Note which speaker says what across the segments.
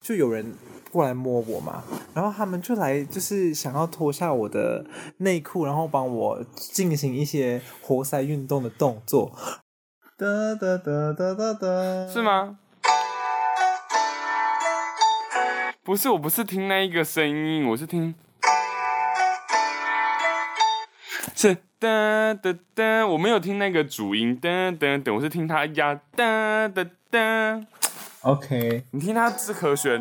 Speaker 1: 就有人过来摸我嘛，然后他们就来就是想要脱下我的内裤，然后帮我进行一些活塞运动的动作。哒哒哒哒哒哒，
Speaker 2: 是？吗？不是，我不是听那一个声音，我是听，是哒哒哒，我没有听那个主音哒哒哒，我是听它压哒哒哒，
Speaker 1: OK，
Speaker 2: 你听它是和弦，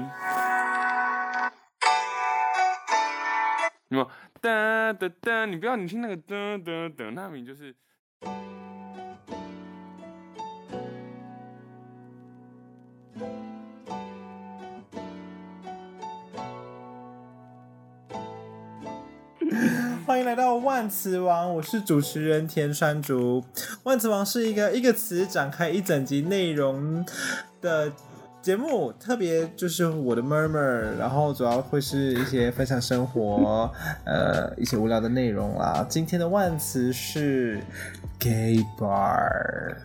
Speaker 2: 有没有哒哒哒？你不要，你听那个哒哒哒，那明明就是。
Speaker 1: 欢迎来到万磁王，我是主持人田山竹。万磁王是一个一个词展开一整集内容的节目，特别就是我的 murmur，然后主要会是一些分享生活，呃，一些无聊的内容啦。今天的万词是 gay bar。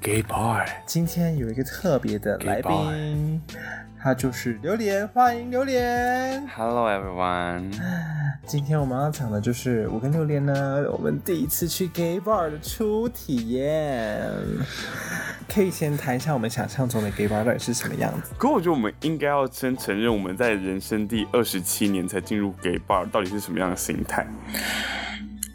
Speaker 2: Gay boy，
Speaker 1: 今天有一个特别的
Speaker 2: Gay
Speaker 1: 来宾，他就是榴莲，欢迎榴莲。
Speaker 2: Hello everyone，
Speaker 1: 今天我们要讲的就是我跟六恋呢，我们第一次去 gay bar 的初体验。可以先谈一下我们想象中的 gay bar 到底是什么样子？
Speaker 2: 可我觉得我们应该要先承认，我们在人生第二十七年才进入 gay bar，到底是什么样的心态？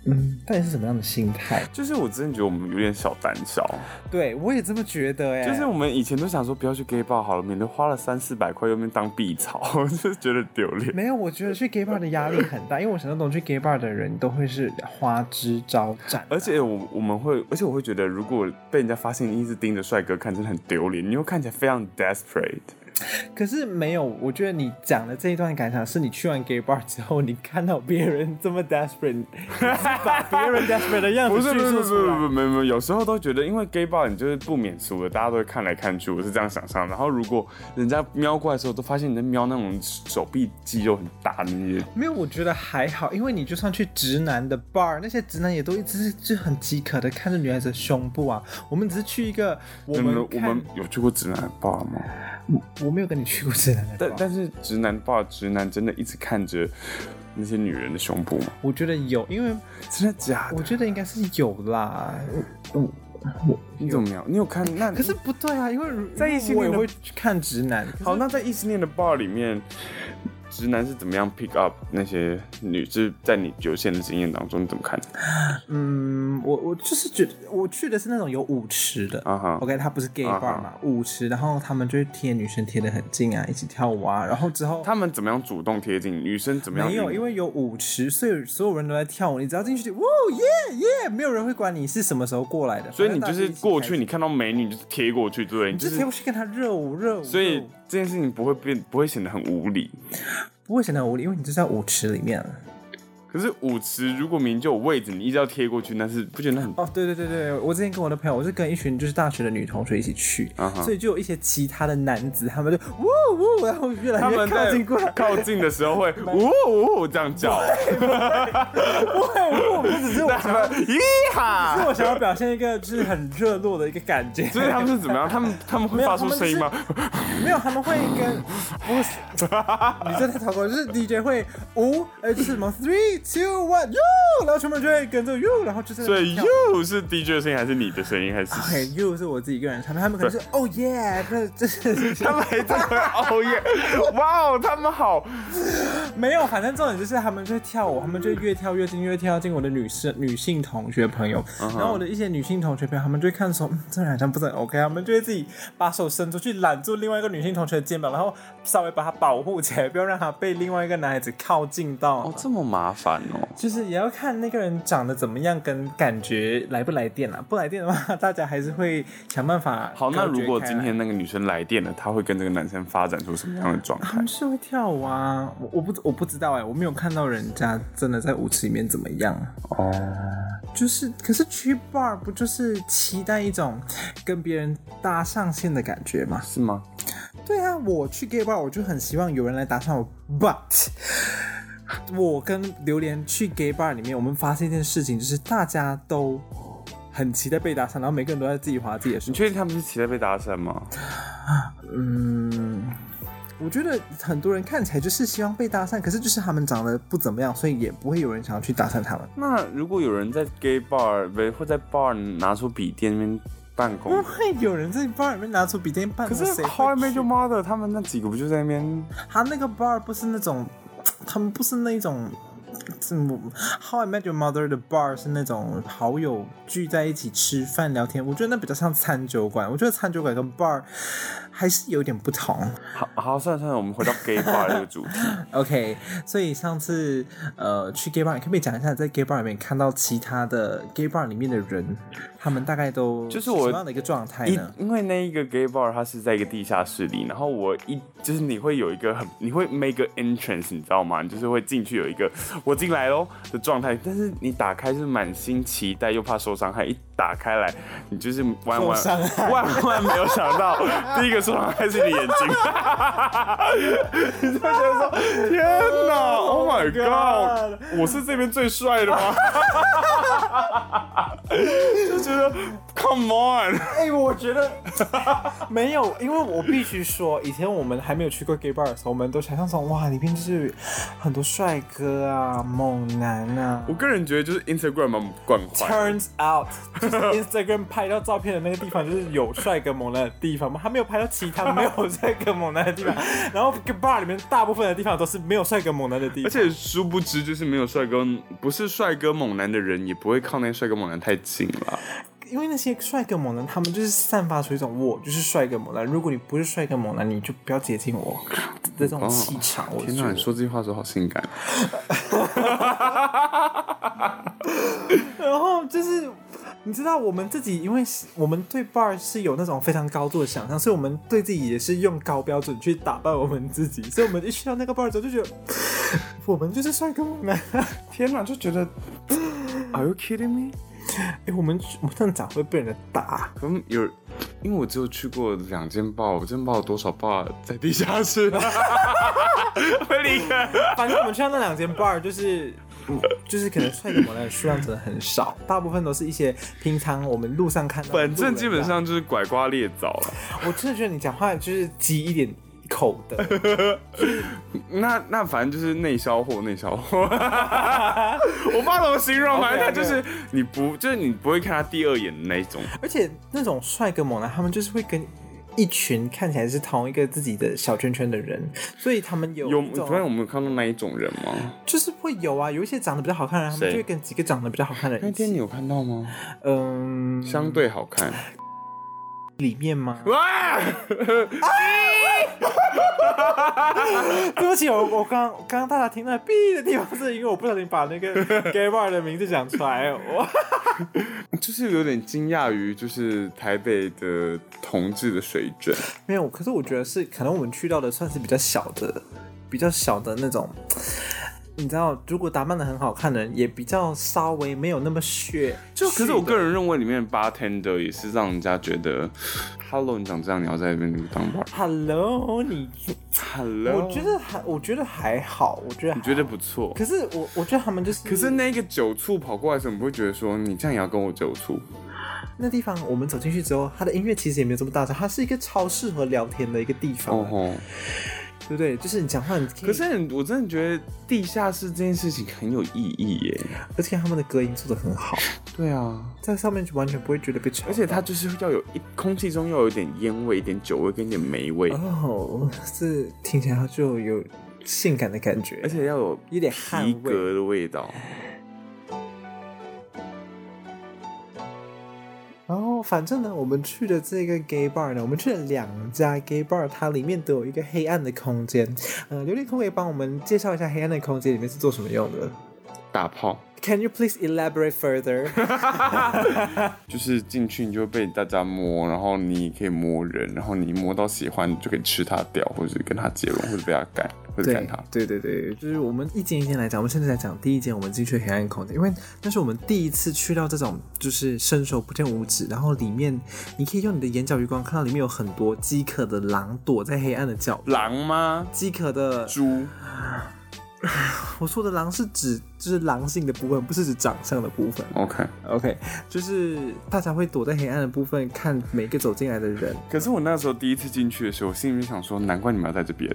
Speaker 1: 嗯，到底是什么样的心态？
Speaker 2: 就是我真的觉得我们有点小胆小，
Speaker 1: 对我也这么觉得哎、
Speaker 2: 就是我们以前都想说不要去 gay bar 好了，免得花了三四百块又面当碧草， 就是觉得丢脸。
Speaker 1: 没有，我觉得去 gay bar 的压力很大，因为我想象中去 gay bar 的人都会是花枝招展啊、
Speaker 2: 而且我我们会，而且我会觉得，如果被人家发现你一直盯着帅哥看，真的很丢脸。你又看起来非常 desperate，
Speaker 1: 可是没有，我觉得你讲的这一段感想是你去完 gay bar 之后，你看到别人这么 desperate，你是把别 人 desperate 的样子
Speaker 2: 不是
Speaker 1: 叙
Speaker 2: 不是不
Speaker 1: 述
Speaker 2: 是
Speaker 1: 出来。
Speaker 2: 不是没有没有，有时候都觉得，因为 gay bar 你就是不免俗的，大家都会看来看去，我是这样想象。然后如果人家瞄过来的时候，都发现你在瞄那种手臂肌肉很大的那些，
Speaker 1: 没有，我觉得还好，因为你就算去直男的 bar，那些直男也都一直就很饥渴的看着女孩子的胸部啊。我们只是去一个，我
Speaker 2: 真的
Speaker 1: 们
Speaker 2: 我
Speaker 1: 看
Speaker 2: 们有去过直男 bar 吗？
Speaker 1: 我没有跟你去过直男的
Speaker 2: 但
Speaker 1: bar，
Speaker 2: 但是直男 bar 直男真的一直看着那些女人的胸部吗？
Speaker 1: 我觉得有，因为
Speaker 2: 真的假
Speaker 1: 我
Speaker 2: 的？
Speaker 1: 觉得应该是有啦。
Speaker 2: 你怎么样？你有看那？
Speaker 1: 可是不对啊，因为如
Speaker 2: 在异性
Speaker 1: 我也
Speaker 2: 恋的
Speaker 1: 会去看直男。
Speaker 2: 好，那在异性恋的 bar 里面，直男是怎么样 pick up 那些女？就是在你有限的经验当中，你怎么看？
Speaker 1: 嗯，我我就是觉得我去的是那种有舞池的。
Speaker 2: 啊哈
Speaker 1: OK，它不是 gay
Speaker 2: 啊
Speaker 1: bar
Speaker 2: 哈
Speaker 1: 嘛舞池，然后他们就会贴女生贴的很近啊，一起跳舞啊，然后之后
Speaker 2: 他们怎么样主动贴近？女生怎么样？
Speaker 1: 没有，因为有舞池，所以所有人都在跳舞。你只要进去，哇耶耶，没有人会管你是什么时候过来的。
Speaker 2: 所以你
Speaker 1: 反
Speaker 2: 就
Speaker 1: 正大家
Speaker 2: 是
Speaker 1: 一起
Speaker 2: 过
Speaker 1: 开
Speaker 2: 去，
Speaker 1: 心，
Speaker 2: 你看到美女就是贴过去，对不对？你
Speaker 1: 你
Speaker 2: 就
Speaker 1: 就是贴。过去跟他热舞热舞。
Speaker 2: 所以
Speaker 1: 热舞
Speaker 2: 这件事情不会变，不会显得很无理。
Speaker 1: 不会显得很无力，因为你就是在舞池里
Speaker 2: 啊
Speaker 1: 面。
Speaker 2: 可是舞池如果明明就有位置，你一直要贴过去，那是不觉得很
Speaker 1: 哦，对对对对，我之前跟我的朋友，我是跟一群就是大学的女同学一起去
Speaker 2: 啊哈
Speaker 1: 所以就有一些其他的男子，他们就呜呜，然后越
Speaker 2: 他
Speaker 1: 来越
Speaker 2: 们在
Speaker 1: 靠近过来。
Speaker 2: 靠近的时候 会呜呜呜这样叫，
Speaker 1: 不会，我 不只是我
Speaker 2: 他
Speaker 1: 想要，
Speaker 2: 们咦
Speaker 1: 只是
Speaker 2: 哈，
Speaker 1: 我想要表现一个就是很热络的一个感 觉。
Speaker 2: 所以他们是怎么样？他们他们
Speaker 1: 没
Speaker 2: 会
Speaker 1: 有
Speaker 2: 发出声 音吗？
Speaker 1: 没有，他们会 跟不是，你这太超过了，就是 DJ 会五呃就是什么 three two one you，然后全部人就会跟着 you，然后就是
Speaker 2: 所以 you 是 DJ 的声音还是你的声 音还是？
Speaker 1: OK you 是我自己一个人唱，他们可能是 oh yeah，那这是
Speaker 2: 他们还真的会熬夜，哇哦，他们好，
Speaker 1: 没有，反正重点就是他们就会跳舞，他们就越跳越近，越跳进我的女生女性同学朋友。
Speaker 2: 嗯
Speaker 1: 然后我的一些女性同学朋友，他们就会看说，嗯，这人好像不是很 OK，他们就会自己把手伸出去揽住另外一个女性同学的肩膀，然后稍微把她保护起来，不要让她被另外一个男孩子靠近到。
Speaker 2: 这么麻烦哦。
Speaker 1: 就是也要看那个人长得怎么样，跟感觉来不来电啊。不来电的话，大家还是会想办法。
Speaker 2: 好，那如果今天那个女生来电了，她会跟这个男生发展出什么样的状
Speaker 1: 他
Speaker 2: 态
Speaker 1: 们？是会跳舞啊，我我不我不知道哎、我没有看到人家真的在舞池里面怎么样。
Speaker 2: 哦，
Speaker 1: 就是，可是去 bar 不就是期待一种 跟别人搭上线的感觉吗？
Speaker 2: 是吗？
Speaker 1: 对啊，我去 gay bar 我就很希望有人来搭上我，but 我跟榴莲去 gay bar 里面，我们发现一件事情，就是大家都。很期待被搭讪，然后每个人都在自己划自己的手
Speaker 2: 你
Speaker 1: 机。
Speaker 2: 确定他们是期待被搭讪吗？
Speaker 1: 嗯，我觉得很多人看起来就是希望被搭讪，可是就是他们长得不怎么样，所以也不会有人想要去搭讪他们。
Speaker 2: 那如果有人在 gay bar 不是或在 bar 拿出笔电那边办公，
Speaker 1: 不会有人在 bar 里面拿出笔电办
Speaker 2: 可
Speaker 1: 公，
Speaker 2: 是
Speaker 1: 嗯谁
Speaker 2: How I
Speaker 1: 会
Speaker 2: Met
Speaker 1: 去
Speaker 2: Your Mother 他们那几个不就在那边？
Speaker 1: 他那个 bar 不是那种，他们不是那种。字母 How I Met Your Mother 的 bar 是那种好友聚在一起吃饭聊天，我觉得那比较像餐酒馆。我觉得餐酒馆跟 bar 还是有点不同。
Speaker 2: 好，好，算了算了，我们回到 gay bar 这个主题。
Speaker 1: OK，所以上次呃去 gay bar，你可不可以讲一下在 gay bar 里面看到其他的 gay bar 里面的人，他们大概都
Speaker 2: 就是
Speaker 1: 什
Speaker 2: 我
Speaker 1: 么样的一个状态
Speaker 2: 一
Speaker 1: 呢？
Speaker 2: 因为那一个 gay bar 它是在一个地下室里，然后我一就是你会有一个很你会 make a entrance，你知道吗？你就是会进去有一个我进来喽的状态，但是你打开是满心期待又怕受伤害，一打开来你就是万
Speaker 1: 受
Speaker 2: 万
Speaker 1: 伤害
Speaker 2: 万万没有想 到，第一个受伤害是你眼睛， 你就会觉得说天 哪，Oh my god，我是这边最帅的吗？ 就觉得 Come on。
Speaker 1: 哎、我觉得 没有，因为我必须说，以前我们还没有去过 gay bar 的时候，我们都想象中哇，里面就是很多帅哥啊、猛男啊。
Speaker 2: 我个人觉得就是 Instagram 把我们惯坏，
Speaker 1: Turns out，就是 Instagram 拍到照片的那个地方，就是有帅哥猛男的地方嘛。他没有拍到其他没有帅哥猛男的 地方，然后 gay bar 里面大部分的地方都是没有帅哥猛男的地
Speaker 2: 而
Speaker 1: 方。
Speaker 2: 且殊不知就是没有帅哥，不是帅哥猛男的人也不会靠那帅哥猛男太近了。
Speaker 1: 因为那些帅哥猛男，他们就是散发出一种我就是帅哥猛男，如果你不是帅哥猛男，你就不要接近我的这种气场。我
Speaker 2: 天
Speaker 1: 觉
Speaker 2: 哪，
Speaker 1: 得
Speaker 2: 你说这句话的时候好性感。
Speaker 1: 然后就是，你知道我们自己，因为是我们对 bar 是有那种非常高度的想象，所以我们对自己也是用高标准去打扮我们自己，所以我们一去到那个 bar 之后就觉得，我们啊就是帅哥猛男。
Speaker 2: 天哪，就觉得 Are you kidding me？
Speaker 1: 哎，我们我们这样讲会被人打。
Speaker 2: 可能有，因为我只有去过两间报，我真不知道有多少报在地下 室。会理解。
Speaker 1: 反正我们去到那两间 bar 就是。嗯就是可能帅哥猛男的数量真的很少，大部分都是一些平常我们路上看到的路人
Speaker 2: 反
Speaker 1: 啊。
Speaker 2: 正基本上就是拐瓜裂枣了。
Speaker 1: 我真的觉得你讲话就是急一点口 的，
Speaker 2: 那那反正就是内销货，内销货， 我不知道怎么形容，反正他就是你不就是你不会看他第二眼的那一种，
Speaker 1: 而且那种帅哥猛男，他们就是会跟一群看起来是同一个自己的小圈圈的人，所以他们有
Speaker 2: 有
Speaker 1: 一种
Speaker 2: 突然我们有看到那一种人吗？
Speaker 1: 就是会有啊，有一些长得比较好看的人，他们
Speaker 2: 谁
Speaker 1: 就会跟几个长得比较好看的人
Speaker 2: 那
Speaker 1: 一
Speaker 2: 天
Speaker 1: 起。
Speaker 2: 你有看到吗？
Speaker 1: 嗯，
Speaker 2: 相对好看，
Speaker 1: 里面吗？
Speaker 2: 哇！
Speaker 1: 对不起，我我刚刚刚大家听到“哔”的地方，是因为我不小心把那个 gay bar 的名字讲出来。我
Speaker 2: 就是有点惊讶于就是台北的同志的水准，
Speaker 1: 没有，可是我觉得是可能我们去到的算是比较小的，比较小的那种。你知道，如果打扮的很好看的人，也比较稍微没有那么血。
Speaker 2: 就可是我
Speaker 1: 血的
Speaker 2: 个人认为里面的 bartender 也是让人家觉得，Hello，你长这样，你要在那边当 bar。
Speaker 1: Hello，你
Speaker 2: Hello，
Speaker 1: 我觉得还我觉得还好，我觉得还
Speaker 2: 你觉得不错，
Speaker 1: 可是我我觉得他们就是，
Speaker 2: 可是那个酒醋跑过来的时候，你不会觉得说你这样也要跟我酒醋？
Speaker 1: 那地方我们走进去之后，它的音乐其实也没有这么大声，它是一个超适合聊天的一个地方，
Speaker 2: 哦吼！
Speaker 1: 对不对？就是你讲话你可以，
Speaker 2: 可是我真的觉得地下室这件事情很有意义耶。
Speaker 1: 而且他们的隔音做的很好，
Speaker 2: 对啊，
Speaker 1: 在上面就完全不会觉得被吵到，
Speaker 2: 而且它就是要有一空气中要有一点烟味、一点酒味跟一点霉味，
Speaker 1: 哦，是听起来就有性感的感觉，
Speaker 2: 而且要有
Speaker 1: 有点汗
Speaker 2: 皮
Speaker 1: 味
Speaker 2: 革的味道。
Speaker 1: 然后反正呢，我们去的这个 gay bar 呢，我们去了两家 gay bar，它里面都有一个黑暗的空间。呃，琉璃可不可以帮我们介绍一下黑暗的空间里面是做什么用的
Speaker 2: 打炮
Speaker 1: ？Can you please elaborate further？
Speaker 2: 就是进去你就会被大家摸，然后你也可以摸人，然后你摸到喜欢你就可以吃它掉，或者是跟它接吻，或者被它干，或者干它。
Speaker 1: 对对对，就是我们一间一间来讲，我们现在来讲第一间我们进去的黑暗空间，因为那是我们第一次去到这种就是伸手不见五指，然后里面你可以用你的眼角余光看到里面有很多饥渴的狼躲在黑暗的角落，
Speaker 2: 狼吗？
Speaker 1: 饥渴的
Speaker 2: 猪？
Speaker 1: 我说的狼是指就是狼性的部分，不是指长相的部分。
Speaker 2: OK，
Speaker 1: OK，就是大家会躲在黑暗的部分看每个走进来的人。
Speaker 2: 可是我那时候第一次进去的时候，我心里面想说，难怪你们要在这边，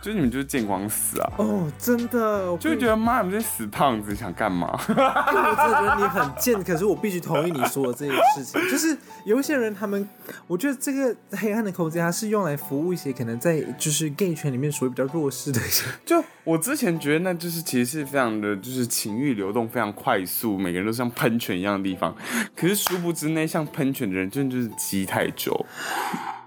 Speaker 2: 就是你们就是见光死啊！
Speaker 1: 哦，真的，我
Speaker 2: 就会觉得妈，你们这些死胖子想干嘛？
Speaker 1: 我真的觉得你很贱，可是我必须同意你说的这件事 情，就是有一些人他们，我觉得这个黑暗的空间它是用来服务一些可能在就是 gay 圈里面属于比较弱势的一些，
Speaker 2: 就我之前觉得那就是其实是非常的，就是情欲流动非常快速，每个人都像喷泉一样的地方。可是殊不知那像喷泉的人真的就是鸡太久，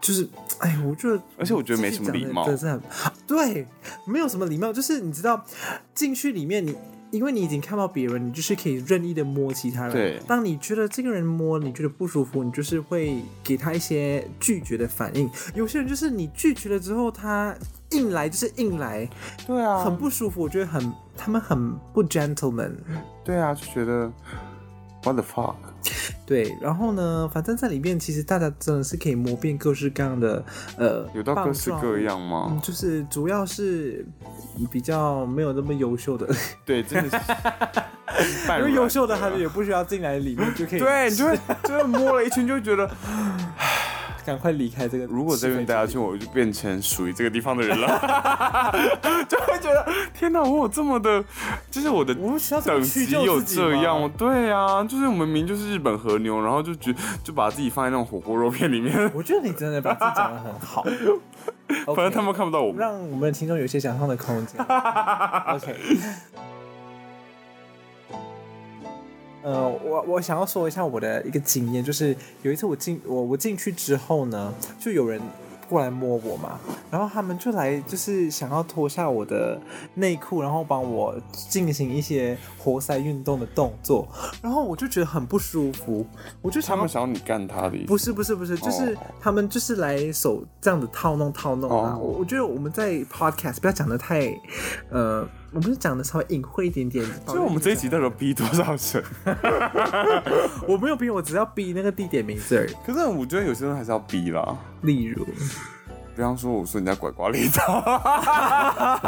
Speaker 1: 就是哎，我觉得，
Speaker 2: 而且我觉得没什么礼貌
Speaker 1: 真的是很对，没有什么礼貌，就是你知道进去里面你。因为你已经看到别人，你就是可以任意的摸其他人。
Speaker 2: 对
Speaker 1: 当你觉得这个人摸你觉得不舒服，你就是会给他一些拒绝的反应。有些人就是你拒绝了之后，他硬来就是硬来，
Speaker 2: 对啊，
Speaker 1: 很不舒服，我觉得很他们很不 gentleman。
Speaker 2: 对啊，就觉得 what the fuck，
Speaker 1: 对，然后呢，反正在里面其实大家真的是可以磨遍各式各样的呃，
Speaker 2: 有到各式
Speaker 1: 棒状
Speaker 2: 各。样吗？
Speaker 1: 嗯就是主要是比较没有那么优秀的，
Speaker 2: 对，真 的是半
Speaker 1: 因为
Speaker 2: 软啊
Speaker 1: 优秀的他们也不需要进来里面就可以，
Speaker 2: 对，啊你就会就会摸了一圈，就 会觉得
Speaker 1: 赶快离开这个。
Speaker 2: 如果这边待下去，我就变成属于这个地方的人了，就会觉得天哪，我有这么的，就是我的
Speaker 1: 我们需要
Speaker 2: 等
Speaker 1: 去
Speaker 2: 级
Speaker 1: 救
Speaker 2: 有
Speaker 1: 自己
Speaker 2: 这
Speaker 1: 吗
Speaker 2: 样，对啊，就是我们明明就是日本和牛，然后就觉就把自己放在那种火锅肉片里面，
Speaker 1: 我觉得你真的把自己讲的很 好，
Speaker 2: 反正他们看不到我
Speaker 1: OK，
Speaker 2: 们。
Speaker 1: 让我们的听众有一些想象的空 间。OK，呃，我我想要说一下我的一个经验，就是有一次我进我我进去之后呢，就有人过来摸我嘛，然后他们就来就是想要脱下我的内裤，然后帮我进行一些活塞运动的动作，然后我就觉得很不舒服，我就
Speaker 2: 他
Speaker 1: 想要
Speaker 2: 们想要你干他的意思，
Speaker 1: 不是不是不是，就是
Speaker 2: 哦
Speaker 1: 他们就是来手这样子套弄套弄啊。
Speaker 2: 哦
Speaker 1: 我我觉得我们在 podcast 不要讲的太，呃，我们是讲的稍微隐晦一点点。
Speaker 2: 就是我们这一集到底有逼多少人？
Speaker 1: 我没有逼，我只要逼那个地点名字而已。
Speaker 2: 可是我觉得有些人还是要逼啦，
Speaker 1: 例如
Speaker 2: 比方说我说人家拐瓜裂枣，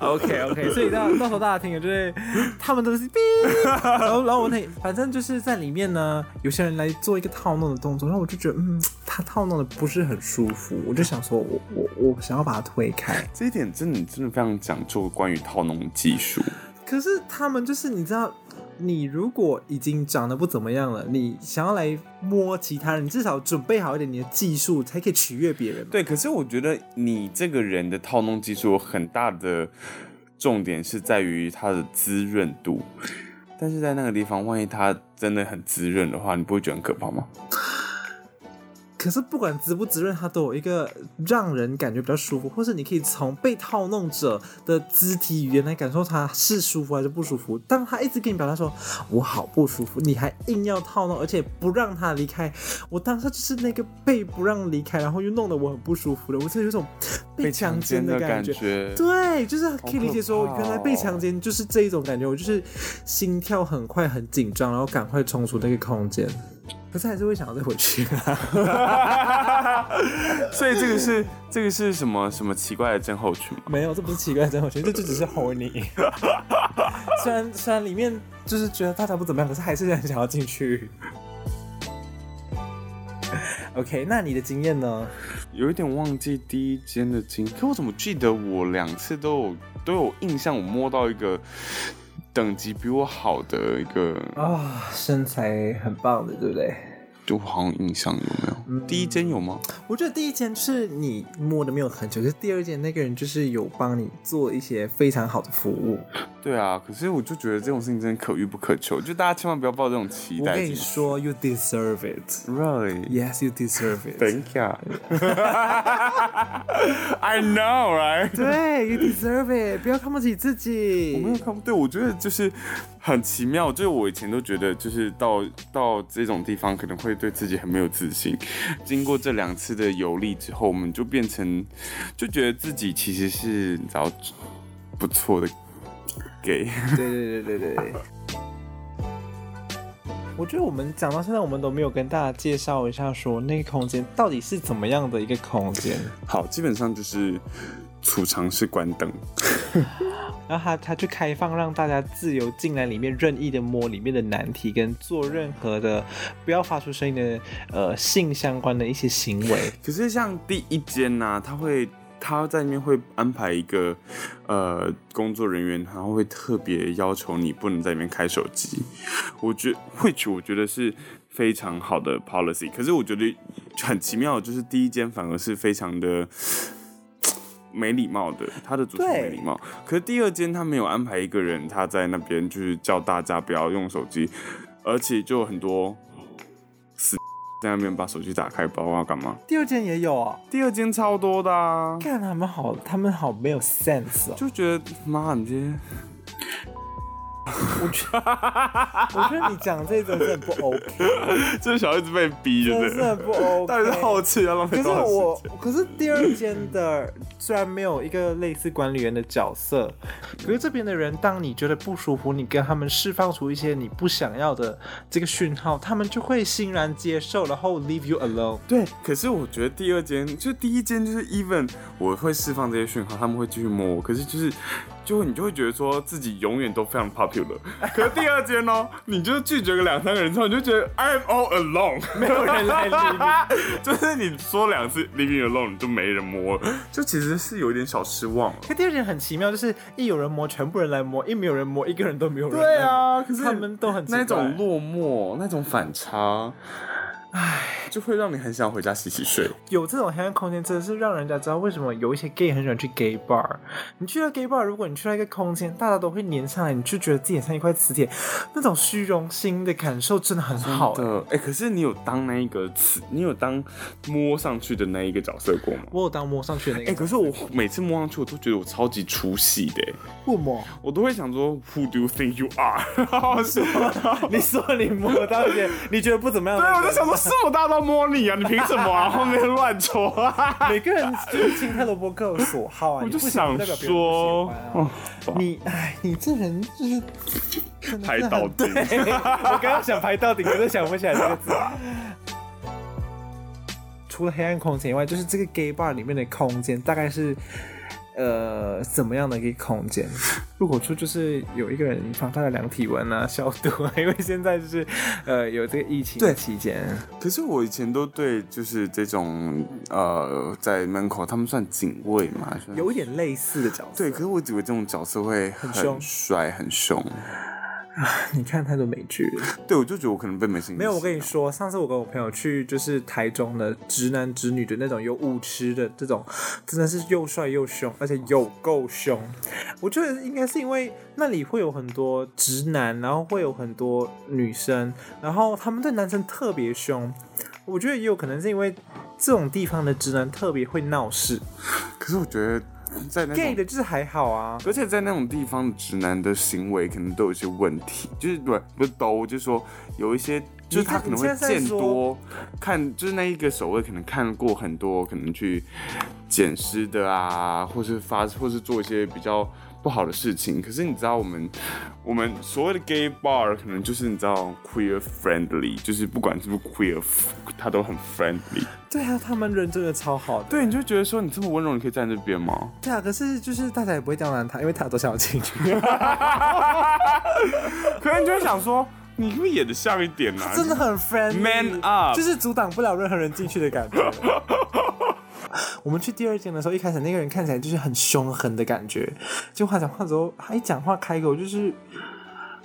Speaker 1: ，OK OK，所以 到到时候大家听了就是他们都是逼， 然后然后我那反正就是在里面呢，有些人来做一个套弄的动作，然后我就觉得嗯，他套弄的不是很舒服，我就想说我我我想要把他推开。
Speaker 2: 这一点真的真的非常讲究关于套弄技术。
Speaker 1: 可是他们就是你知道，你如果已经长得不怎么样了，你想要来摸其他人，你至少准备好一点你的技术，才可以取悦别人嘛。
Speaker 2: 对，可是我觉得你这个人的套弄技术有很大的重点是在于它的滋润度，但是在那个地方，万一它真的很滋润的话，你不会觉得很可怕吗？
Speaker 1: 可是不管滋不滋润，它都有一个让人感觉比较舒服，或是你可以从被套弄者的肢体语言来感受他是舒服还是不舒服。当他一直跟你表达说“我好不舒服”，你还硬要套弄，而且不让他离开，我当时就是那个被不让离开，然后又弄得我很不舒服的，我真的有一种被强奸的
Speaker 2: 的
Speaker 1: 感觉。
Speaker 2: 觉，
Speaker 1: 对，就是可以理解说
Speaker 2: 好可，怕哦
Speaker 1: 原来被强奸就是这一种感觉，我就是心跳很快、很紧张，然后赶快冲出那个空间。可是还是会想要再回去、啊
Speaker 2: 所以这个是这个是什么什么奇怪的症候群吗？
Speaker 1: 没有，这不是奇怪的真回去，这就只是 horny。虽然虽然里面就是觉得大家不怎么样，可是还是很想要进去。OK，那你的经验呢？
Speaker 2: 有一点忘记第一间的经，可我怎么记得我两次都有都有印象，我摸到一个等级比我好的一个
Speaker 1: 啊、身材很棒的，对不对？
Speaker 2: 就好像印象有没有？
Speaker 1: 嗯
Speaker 2: 第一间有吗？
Speaker 1: 我觉得第一件就是你摸的没有很久，可是第二件那个人就是有帮你做一些非常好的服务。
Speaker 2: 对啊，可是我就觉得这种事情真的可遇不可求，就大家千万不要抱这种期
Speaker 1: 我
Speaker 2: 待。
Speaker 1: 跟你说，you deserve it。
Speaker 2: ，Really？
Speaker 1: Yes, you deserve it.
Speaker 2: 等一下，I know, right？
Speaker 1: 对，you deserve it。不要看不起自己。
Speaker 2: 我没有看不对，我觉得就是很奇妙，就是我以前都觉得，就是到到这种地方可能会对自己很没有自信。经过这两次的游历之后，我们就变成就觉得自己其实是你知道不错的 gay。
Speaker 1: 对对对对对。我觉得我们讲到现在，我们都没有跟大家介绍一下，说那个空间到底是怎么样的一个空间。
Speaker 2: 好，基本上就是储藏室关灯。
Speaker 1: 然后它它就开放让大家自由进来里面任意的摸里面的难题，跟做任何的不要发出声音的呃性相关的一些行为。
Speaker 2: 可是像第一间呐、他会他在里面会安排一个呃工作人员，然后会特别要求你不能在里面开手机。我觉 which 我觉得是非常好的 policy，可是我觉得很奇妙，就是第一间反而是非常的。没礼貌的，他的主持人没
Speaker 1: 对
Speaker 2: 礼貌。可是第二间他没有安排一个人，他在那边就是叫大家不要用手机，而且就有很多死 在那边把手机打开，不知道要干嘛。
Speaker 1: 第二件也有哦，
Speaker 2: 第二间超多的啊，
Speaker 1: 看他们好，他们好没有 sense 哦。
Speaker 2: 就觉得妈，你这些
Speaker 1: 我觉得， 我觉得你讲这种真的不 OK，
Speaker 2: 这小孩子被 逼
Speaker 1: 真
Speaker 2: 就
Speaker 1: 的
Speaker 2: 对了，
Speaker 1: 是不 OK。
Speaker 2: 到底是好奇要 浪
Speaker 1: 可
Speaker 2: 费
Speaker 1: 是
Speaker 2: 多少
Speaker 1: 我
Speaker 2: 时间？，
Speaker 1: 可是第二间的虽然没有一个类似管理员的角色，可是这边的人，当你觉得不舒服，你跟他们释放出一些你不想要的这个讯号，他们就会欣然接受，然后 leave you alone。
Speaker 2: 对，可是我觉得第二间就第一间就是 even 我会释放这些讯号，他们会继续摸我，可是就是就会你就会觉得说自己永远都非常 popular。可是第二间呢，你就拒绝个两三个人之后，你就觉得 I'm all alone，没有
Speaker 1: 人来理你，
Speaker 2: 就是你说两次 leaving alone，你就没人摸了，就其实是有一点小失望了。
Speaker 1: 可第二间很奇妙，就是一有人摸，全部人来摸；一没有人摸，一个人都没有人。
Speaker 2: 对，啊，可是
Speaker 1: 他们都很奇怪
Speaker 2: 那种落寞，那种反差，唉，就会让你很想回家洗洗睡。
Speaker 1: 有这种黑暗空间，真的是让人家知道为什么有一些 gay 很喜欢去 gay bar。你去到 gay bar，如果你去到一个空间，大家都会黏上来，你就觉得自己很像一块磁铁，那种虚荣心的感受真的很好。
Speaker 2: 的，哎、可是你有当那一个刺，你有当摸上去的那一个角色过吗？
Speaker 1: 我有当摸上去的那个，
Speaker 2: 哎、可是我每次摸上去，我都觉得我超级出戏的、哎
Speaker 1: 不摸。
Speaker 2: 我都会想说，Who do you think you are？然 后说，
Speaker 1: 你说你摸到一些你觉得不怎么样的
Speaker 2: 对，
Speaker 1: 人，
Speaker 2: 我就想说，是我大到摸你啊，你凭什么啊？后面乱戳、啊，
Speaker 1: 每个人就是青菜萝卜各有所好啊。
Speaker 2: 我
Speaker 1: 你
Speaker 2: 就
Speaker 1: 不喜
Speaker 2: 想
Speaker 1: 欢代表别人
Speaker 2: 说
Speaker 1: 不喜，欢
Speaker 2: 哦
Speaker 1: 啊，你哎，你这人就是真的
Speaker 2: 拍
Speaker 1: 是很
Speaker 2: 到底。
Speaker 1: 我刚刚想排到顶，可是想不起来这个字。除了黑暗空间以外，就是这个 gay bar 里面的空间大概是，呃，怎么样的一个空间？入口处就是有一个人帮大家量体温啊、消毒啊，因为现在就是呃有这个疫情的
Speaker 2: 对
Speaker 1: 期间，
Speaker 2: 可是我以前都对就是这种呃，在门口他们算警卫嘛，算
Speaker 1: 有一点类似的角色。
Speaker 2: 对，可是我以为这种角色会很
Speaker 1: 凶
Speaker 2: 帅、很凶。
Speaker 1: 你看太多美剧了。
Speaker 2: 对，我就觉得我可能被美心
Speaker 1: 没有，我跟
Speaker 2: 你
Speaker 1: 你说，上次我跟我朋友去，就是台中的直男直女的那种有舞池的这种，真的是又帅又凶，而且有够凶。我觉得应该是因为那里会有很多直男，然后会有很多女生，然后他们对男生特别凶。我觉得也有可能是因为这种地方的直男特别会闹事
Speaker 2: 可是我觉得在那
Speaker 1: ，gay
Speaker 2: 种，
Speaker 1: 的就是还好啊。
Speaker 2: 而且在那种地方，直男的行为可能都有一些问题，就是不不是都，就是说有一些。就是他可
Speaker 1: 你
Speaker 2: 能会
Speaker 1: 现在在
Speaker 2: 见
Speaker 1: 说
Speaker 2: 多，看就是那一个守卫可能看过很多，可能去捡尸的啊，或是发，或是做一些比较不好的事情。可是你知道我们我们所谓的 gay bar 可能就是你知道 queer friendly，就是不管是不是 queer，他都很 friendly。
Speaker 1: 对啊，他们人真的超好的。
Speaker 2: 对，你就觉得说你这么温柔，你可以站在这边吗？
Speaker 1: 对啊，可是就是大家也不会刁难他，因为他都想要进去。
Speaker 2: 可能就会想说，你是不是演的像一点啊？
Speaker 1: 真的很 friendly
Speaker 2: Man up
Speaker 1: 就是阻挡不了任何人进去的 感觉。我们去第二间的时候，一开始那个人看起来就是很凶狠的感觉，就话讲话之后，他一讲话开口就是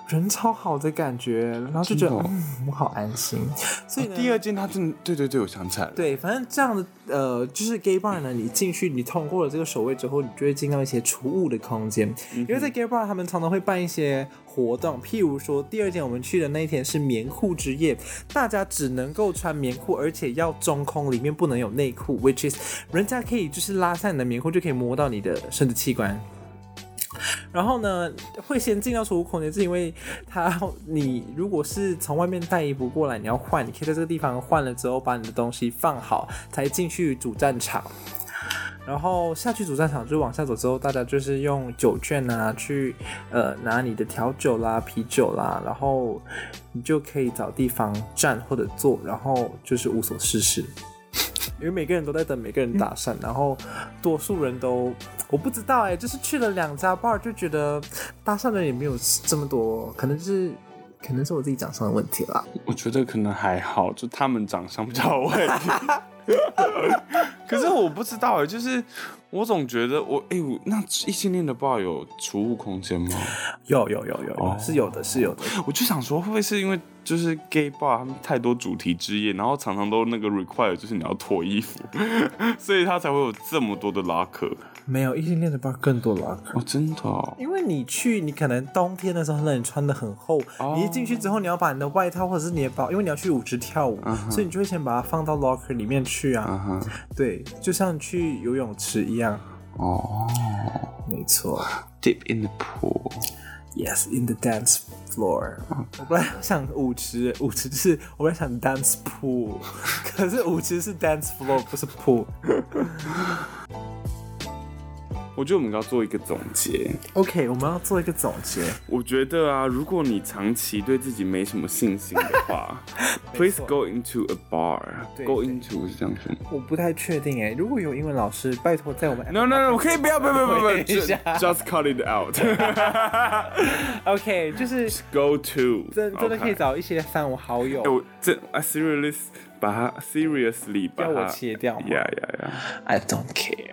Speaker 1: 人超好的感觉，然后就觉得、
Speaker 2: 真的哦
Speaker 1: 嗯，我好安心。所以呢，
Speaker 2: 第二间他真的，对对对，我想起来了。
Speaker 1: 对，反正这样的呃，就是 gay bar 呢，你进去，你通过了这个守卫之后，你就会进到一些储物的空间。因为在 gay bar 他们常常会办一些活动，譬如说第二天我们去的那一天是棉裤之夜，大家只能够穿棉裤，而且要中空，里面不能有内裤，which is 人家可以就是拉下你的棉裤就可以摸到你的生殖器官。然后呢，会先进到储物空间，是因为它你如果是从外面带衣服过来，你要换，你可以在这个地方换了之后，把你的东西放好，才进去主战场。然后下去主战场，就是往下走之后，大家就是用酒券啊，去呃拿你的调酒啦、啤酒啦，然后你就可以找地方站或者坐，然后就是无所事事。因为每个人都在等每个人搭讪，然后多数人都我不知道哎、就是去了两家 bar 就觉得搭讪的人也没有这么多，可能就是可能是我自己长相的问题啦。
Speaker 2: 我觉得可能还好，就他们长相比较 有问题。可是我不知道哎，就是我总觉得我哎、我那异性恋的 bar 有储物空间吗？
Speaker 1: 有有有有有、
Speaker 2: 哦
Speaker 1: 是有的，是有的。
Speaker 2: 我就想说，会不会是因为就是 gay bar 他们太多主题之夜，然后常常都那个 require 就是你要脱衣服， 所以他才会有这么多的拉客
Speaker 1: 没有异性恋的 bar 更多了，
Speaker 2: 哦，真的哦，
Speaker 1: 因为你去，你可能冬天的时候，那你穿的很厚，
Speaker 2: 哦
Speaker 1: 你一进去之后，你要把你的外套或者是你的包，因为你要去舞池跳舞，所以你就会先把它放到 locker 里面去啊。
Speaker 2: 嗯哼，
Speaker 1: 对，就像你去游泳池一样，
Speaker 2: 哦
Speaker 1: 没错。
Speaker 2: ，dip in the pool，
Speaker 1: Yes, in the dance floor。我本来想舞池，舞池就是我本来想 dance pool，可 是舞池是 dance floor，不是 pool。
Speaker 2: 我觉得我们要做一个总结。
Speaker 1: OK，我们要做一个总结。
Speaker 2: 我觉得啊，如果你长期对自己没什么信心的话，please go into a
Speaker 1: 对
Speaker 2: bar，go into 是这样说吗。
Speaker 1: 我不太确定哎，如果有英文老师，拜托在我们
Speaker 2: No no no，我可以不要不要不要不要不要
Speaker 1: 等一下
Speaker 2: ，just cut it out
Speaker 1: ，OK，就是
Speaker 2: ，go to，
Speaker 1: 真真的可以
Speaker 2: OK
Speaker 1: 找一些三五好友
Speaker 2: 哎、我这啊，serious，把它 seriously 把
Speaker 1: 要
Speaker 2: 它
Speaker 1: 我切掉吗
Speaker 2: 呀呀呀！
Speaker 1: I don't care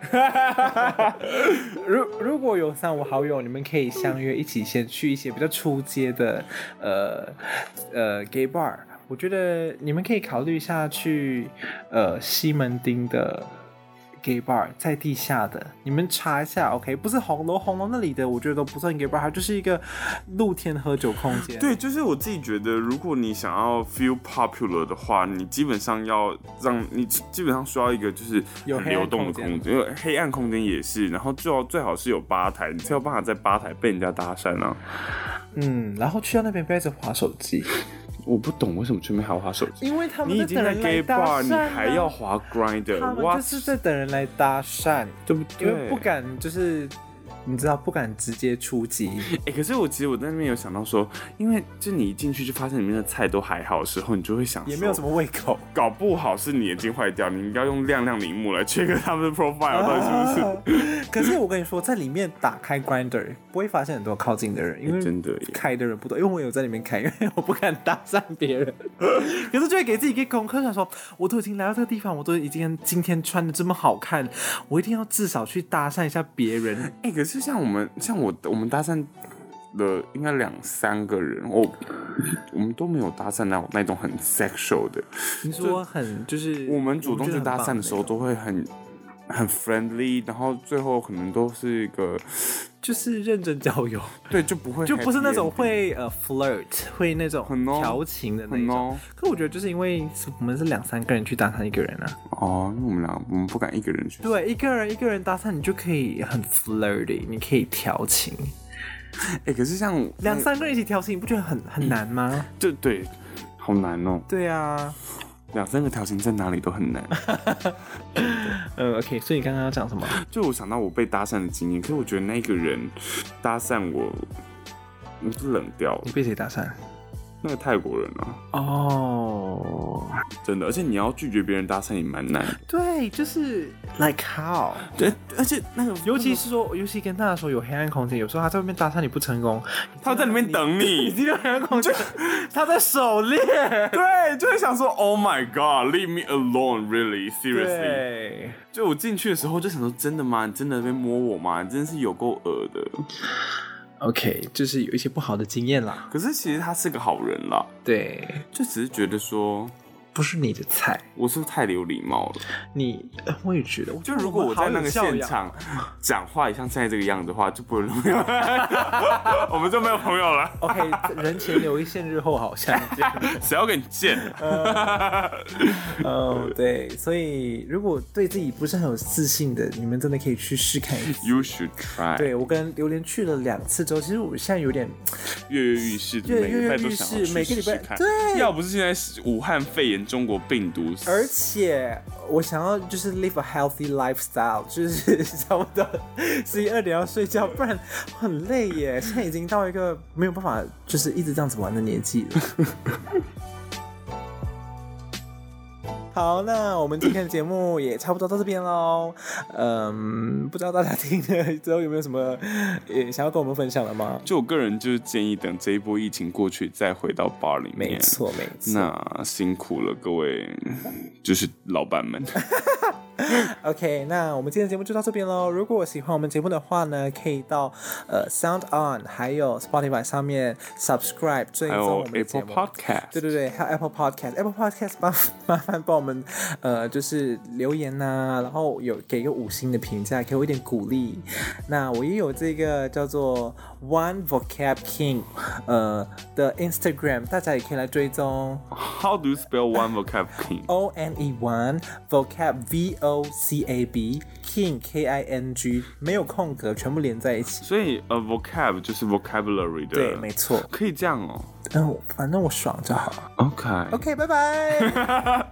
Speaker 1: 如。如果有三五好友，你们可以相约一起先去一些比较出街的，呃呃 gay bar。我觉得你们可以考虑一下去呃西门町的 gay bar，在地下的，你们查一下 OK，不是红楼，红楼那里的我觉得都不算 gay bar，它就是一个露天喝酒空间。
Speaker 2: 对，就是我自己觉得，如果你想要 feel popular 的话，你基本上要让你基本上需要一个就是
Speaker 1: 有
Speaker 2: 很
Speaker 1: 黑暗
Speaker 2: 流动的
Speaker 1: 空间
Speaker 2: 空间，因为黑暗空间也是，然后最好最好是有吧台，你才有办法在吧台被人家搭讪啊。
Speaker 1: 嗯，然后去到那边不要一直划手机，
Speaker 2: 我不懂为什么这边还要滑手机。
Speaker 1: 因为他们
Speaker 2: 你已经
Speaker 1: 在
Speaker 2: 在
Speaker 1: 等人
Speaker 2: gay
Speaker 1: 来搭
Speaker 2: bar，你
Speaker 1: 讪啊
Speaker 2: 还要滑 grinder，
Speaker 1: 他们
Speaker 2: 哇，
Speaker 1: 就是在等人来搭讪，
Speaker 2: 对不
Speaker 1: 因
Speaker 2: 对？
Speaker 1: 为不敢就是你知道不敢直接出击。
Speaker 2: 哎、可是我其实我在那边有想到说，因为就你一进去就发现里面的菜都还好的时候，你就会想
Speaker 1: 也没有什
Speaker 2: 么，
Speaker 1: 么胃 口，
Speaker 2: 搞不好是你眼睛坏掉，你应该用亮亮荧幕来 check 他们的 profile 到底是不
Speaker 1: 啊
Speaker 2: 是。
Speaker 1: 可是我跟你说，在里面打开 Grinder 不会发现很多靠近的人，因为、
Speaker 2: 欸真的耶
Speaker 1: 开的人不多，因为我有在里面开，因为我不敢搭讪别人， 可是就会给自己一个功课，想说我都已经来到这个地方，我都已经今天穿的这么好看，我一定要至少去搭讪一下别 人。
Speaker 2: 哎、可是像我们，像我，我们搭讪了应该两三个人，我我们都没有搭讪那种那种很 sexual 的，
Speaker 1: 你说很就是
Speaker 2: 我们主动去搭讪的时候
Speaker 1: 都
Speaker 2: 都会很。很 friendly，然后最后可能都是一个，
Speaker 1: 就是认真交友。
Speaker 2: 对，就不会
Speaker 1: 就不是那
Speaker 2: happy
Speaker 1: 种
Speaker 2: ending
Speaker 1: 会呃 flirt，会那种
Speaker 2: 很哦
Speaker 1: 调情的那一
Speaker 2: 很
Speaker 1: 种
Speaker 2: 哦。
Speaker 1: 可我觉得就是因为是我们是两三个人去搭讪一个人啊，
Speaker 2: 哦，因为我们俩我们不敢一个人去
Speaker 1: 对，一个人一个人搭讪你就可以很 flirty，你可以调情，
Speaker 2: 哎、可是像
Speaker 1: 两三个人一起调情，你不觉得很很难吗？
Speaker 2: 对对，好难哦、
Speaker 1: 嗯对啊，
Speaker 2: 两三个条形在哪里都很难。
Speaker 1: 嗯，OK，所以你刚刚要讲什么？
Speaker 2: 就我想到我被搭讪的经验，可是我觉得那个人搭讪我，我就冷掉了
Speaker 1: 你。被谁搭讪？
Speaker 2: 那个泰国人啊，
Speaker 1: 哦、
Speaker 2: 真的，而且你要拒绝别人搭讪也蛮难的。
Speaker 1: 对，就是 like how，
Speaker 2: 对，而且那个，
Speaker 1: 尤其是说，尤其跟大家说有黑暗空间，有时候他在外面搭讪你不成功，
Speaker 2: 他在里面等
Speaker 1: 你
Speaker 2: 你，
Speaker 1: 进入黑暗空间， 他在狩猎。
Speaker 2: 对，就会想说，Oh my God，leave me alone，really，seriously。
Speaker 1: 对，
Speaker 2: 就我进去的时候就想说，真的吗？你真的被摸我吗？你真的是有够恶的。
Speaker 1: OK，就是有一些不好的经验啦。
Speaker 2: 可是其实他是个好人啦，
Speaker 1: 对，
Speaker 2: 就只是觉得说，
Speaker 1: 不是你的菜，
Speaker 2: 我是不是太有礼貌了？
Speaker 1: 你呃我也觉得。
Speaker 2: 就如果我在那个现场讲话也像现在这个样子的话，就不能录用， 我们就没有朋友了。
Speaker 1: 好有教养，OK，人前留一线，日后好相见。
Speaker 2: 谁要跟你见？
Speaker 1: 嗯，对，所以如果对自己不是很有自信的，你们真的可以去试看一次。
Speaker 2: You should try。，
Speaker 1: 对我跟榴莲去了两次之后，其实我现在有点
Speaker 2: 跃跃欲试的，
Speaker 1: 跃
Speaker 2: 每个礼拜
Speaker 1: 跃
Speaker 2: 都
Speaker 1: 欲
Speaker 2: 想
Speaker 1: 试
Speaker 2: 要去
Speaker 1: 每个
Speaker 2: 试
Speaker 1: 礼
Speaker 2: 试
Speaker 1: 拜
Speaker 2: 看。
Speaker 1: 对
Speaker 2: 要不是现在是武汉肺炎中国病毒，
Speaker 1: 而且我想要就是 live a healthy lifestyle，就是差不多十一二点要睡觉，不然很累耶。现在已经到一个没有办法就是一直这样子玩的年纪了。好，那我们今天的节目也差不多到这边喽。嗯，不知道大家听了之后有没有什么也想要跟我们分享的吗？
Speaker 2: 就我个人就是建议等这一波疫情过去再回到 bar 里面。
Speaker 1: 没错，没错。
Speaker 2: 那辛苦了各位，就是老板 们。
Speaker 1: OK，那我们今天的节目就到这边喽。如果喜欢我们节目的话呢，可以到呃 Sound On 还有 Spotify 上面 subscribe 追
Speaker 2: 还
Speaker 1: 踪我
Speaker 2: 有
Speaker 1: 们的节
Speaker 2: Apple
Speaker 1: 目。
Speaker 2: Podcast，
Speaker 1: 对对对，还有 Apple Podcast，Apple Podcast 麻 麻烦帮我们呃就是留言呐、然后有给个五星的评价，给我一点鼓励。那我也有这个叫做 One Vocab King 呃的 Instagram，大家也可以来追踪
Speaker 2: How do you spell one vocab king？
Speaker 1: O N E One Vocab V O C A B King K I N G，没有空格，全部连在一起。
Speaker 2: 所以呃，vocab 就是 vocabulary 的，
Speaker 1: 对，没错。
Speaker 2: 可以这样哦。
Speaker 1: 嗯，反正我爽就好。
Speaker 2: OK，
Speaker 1: OK，拜拜。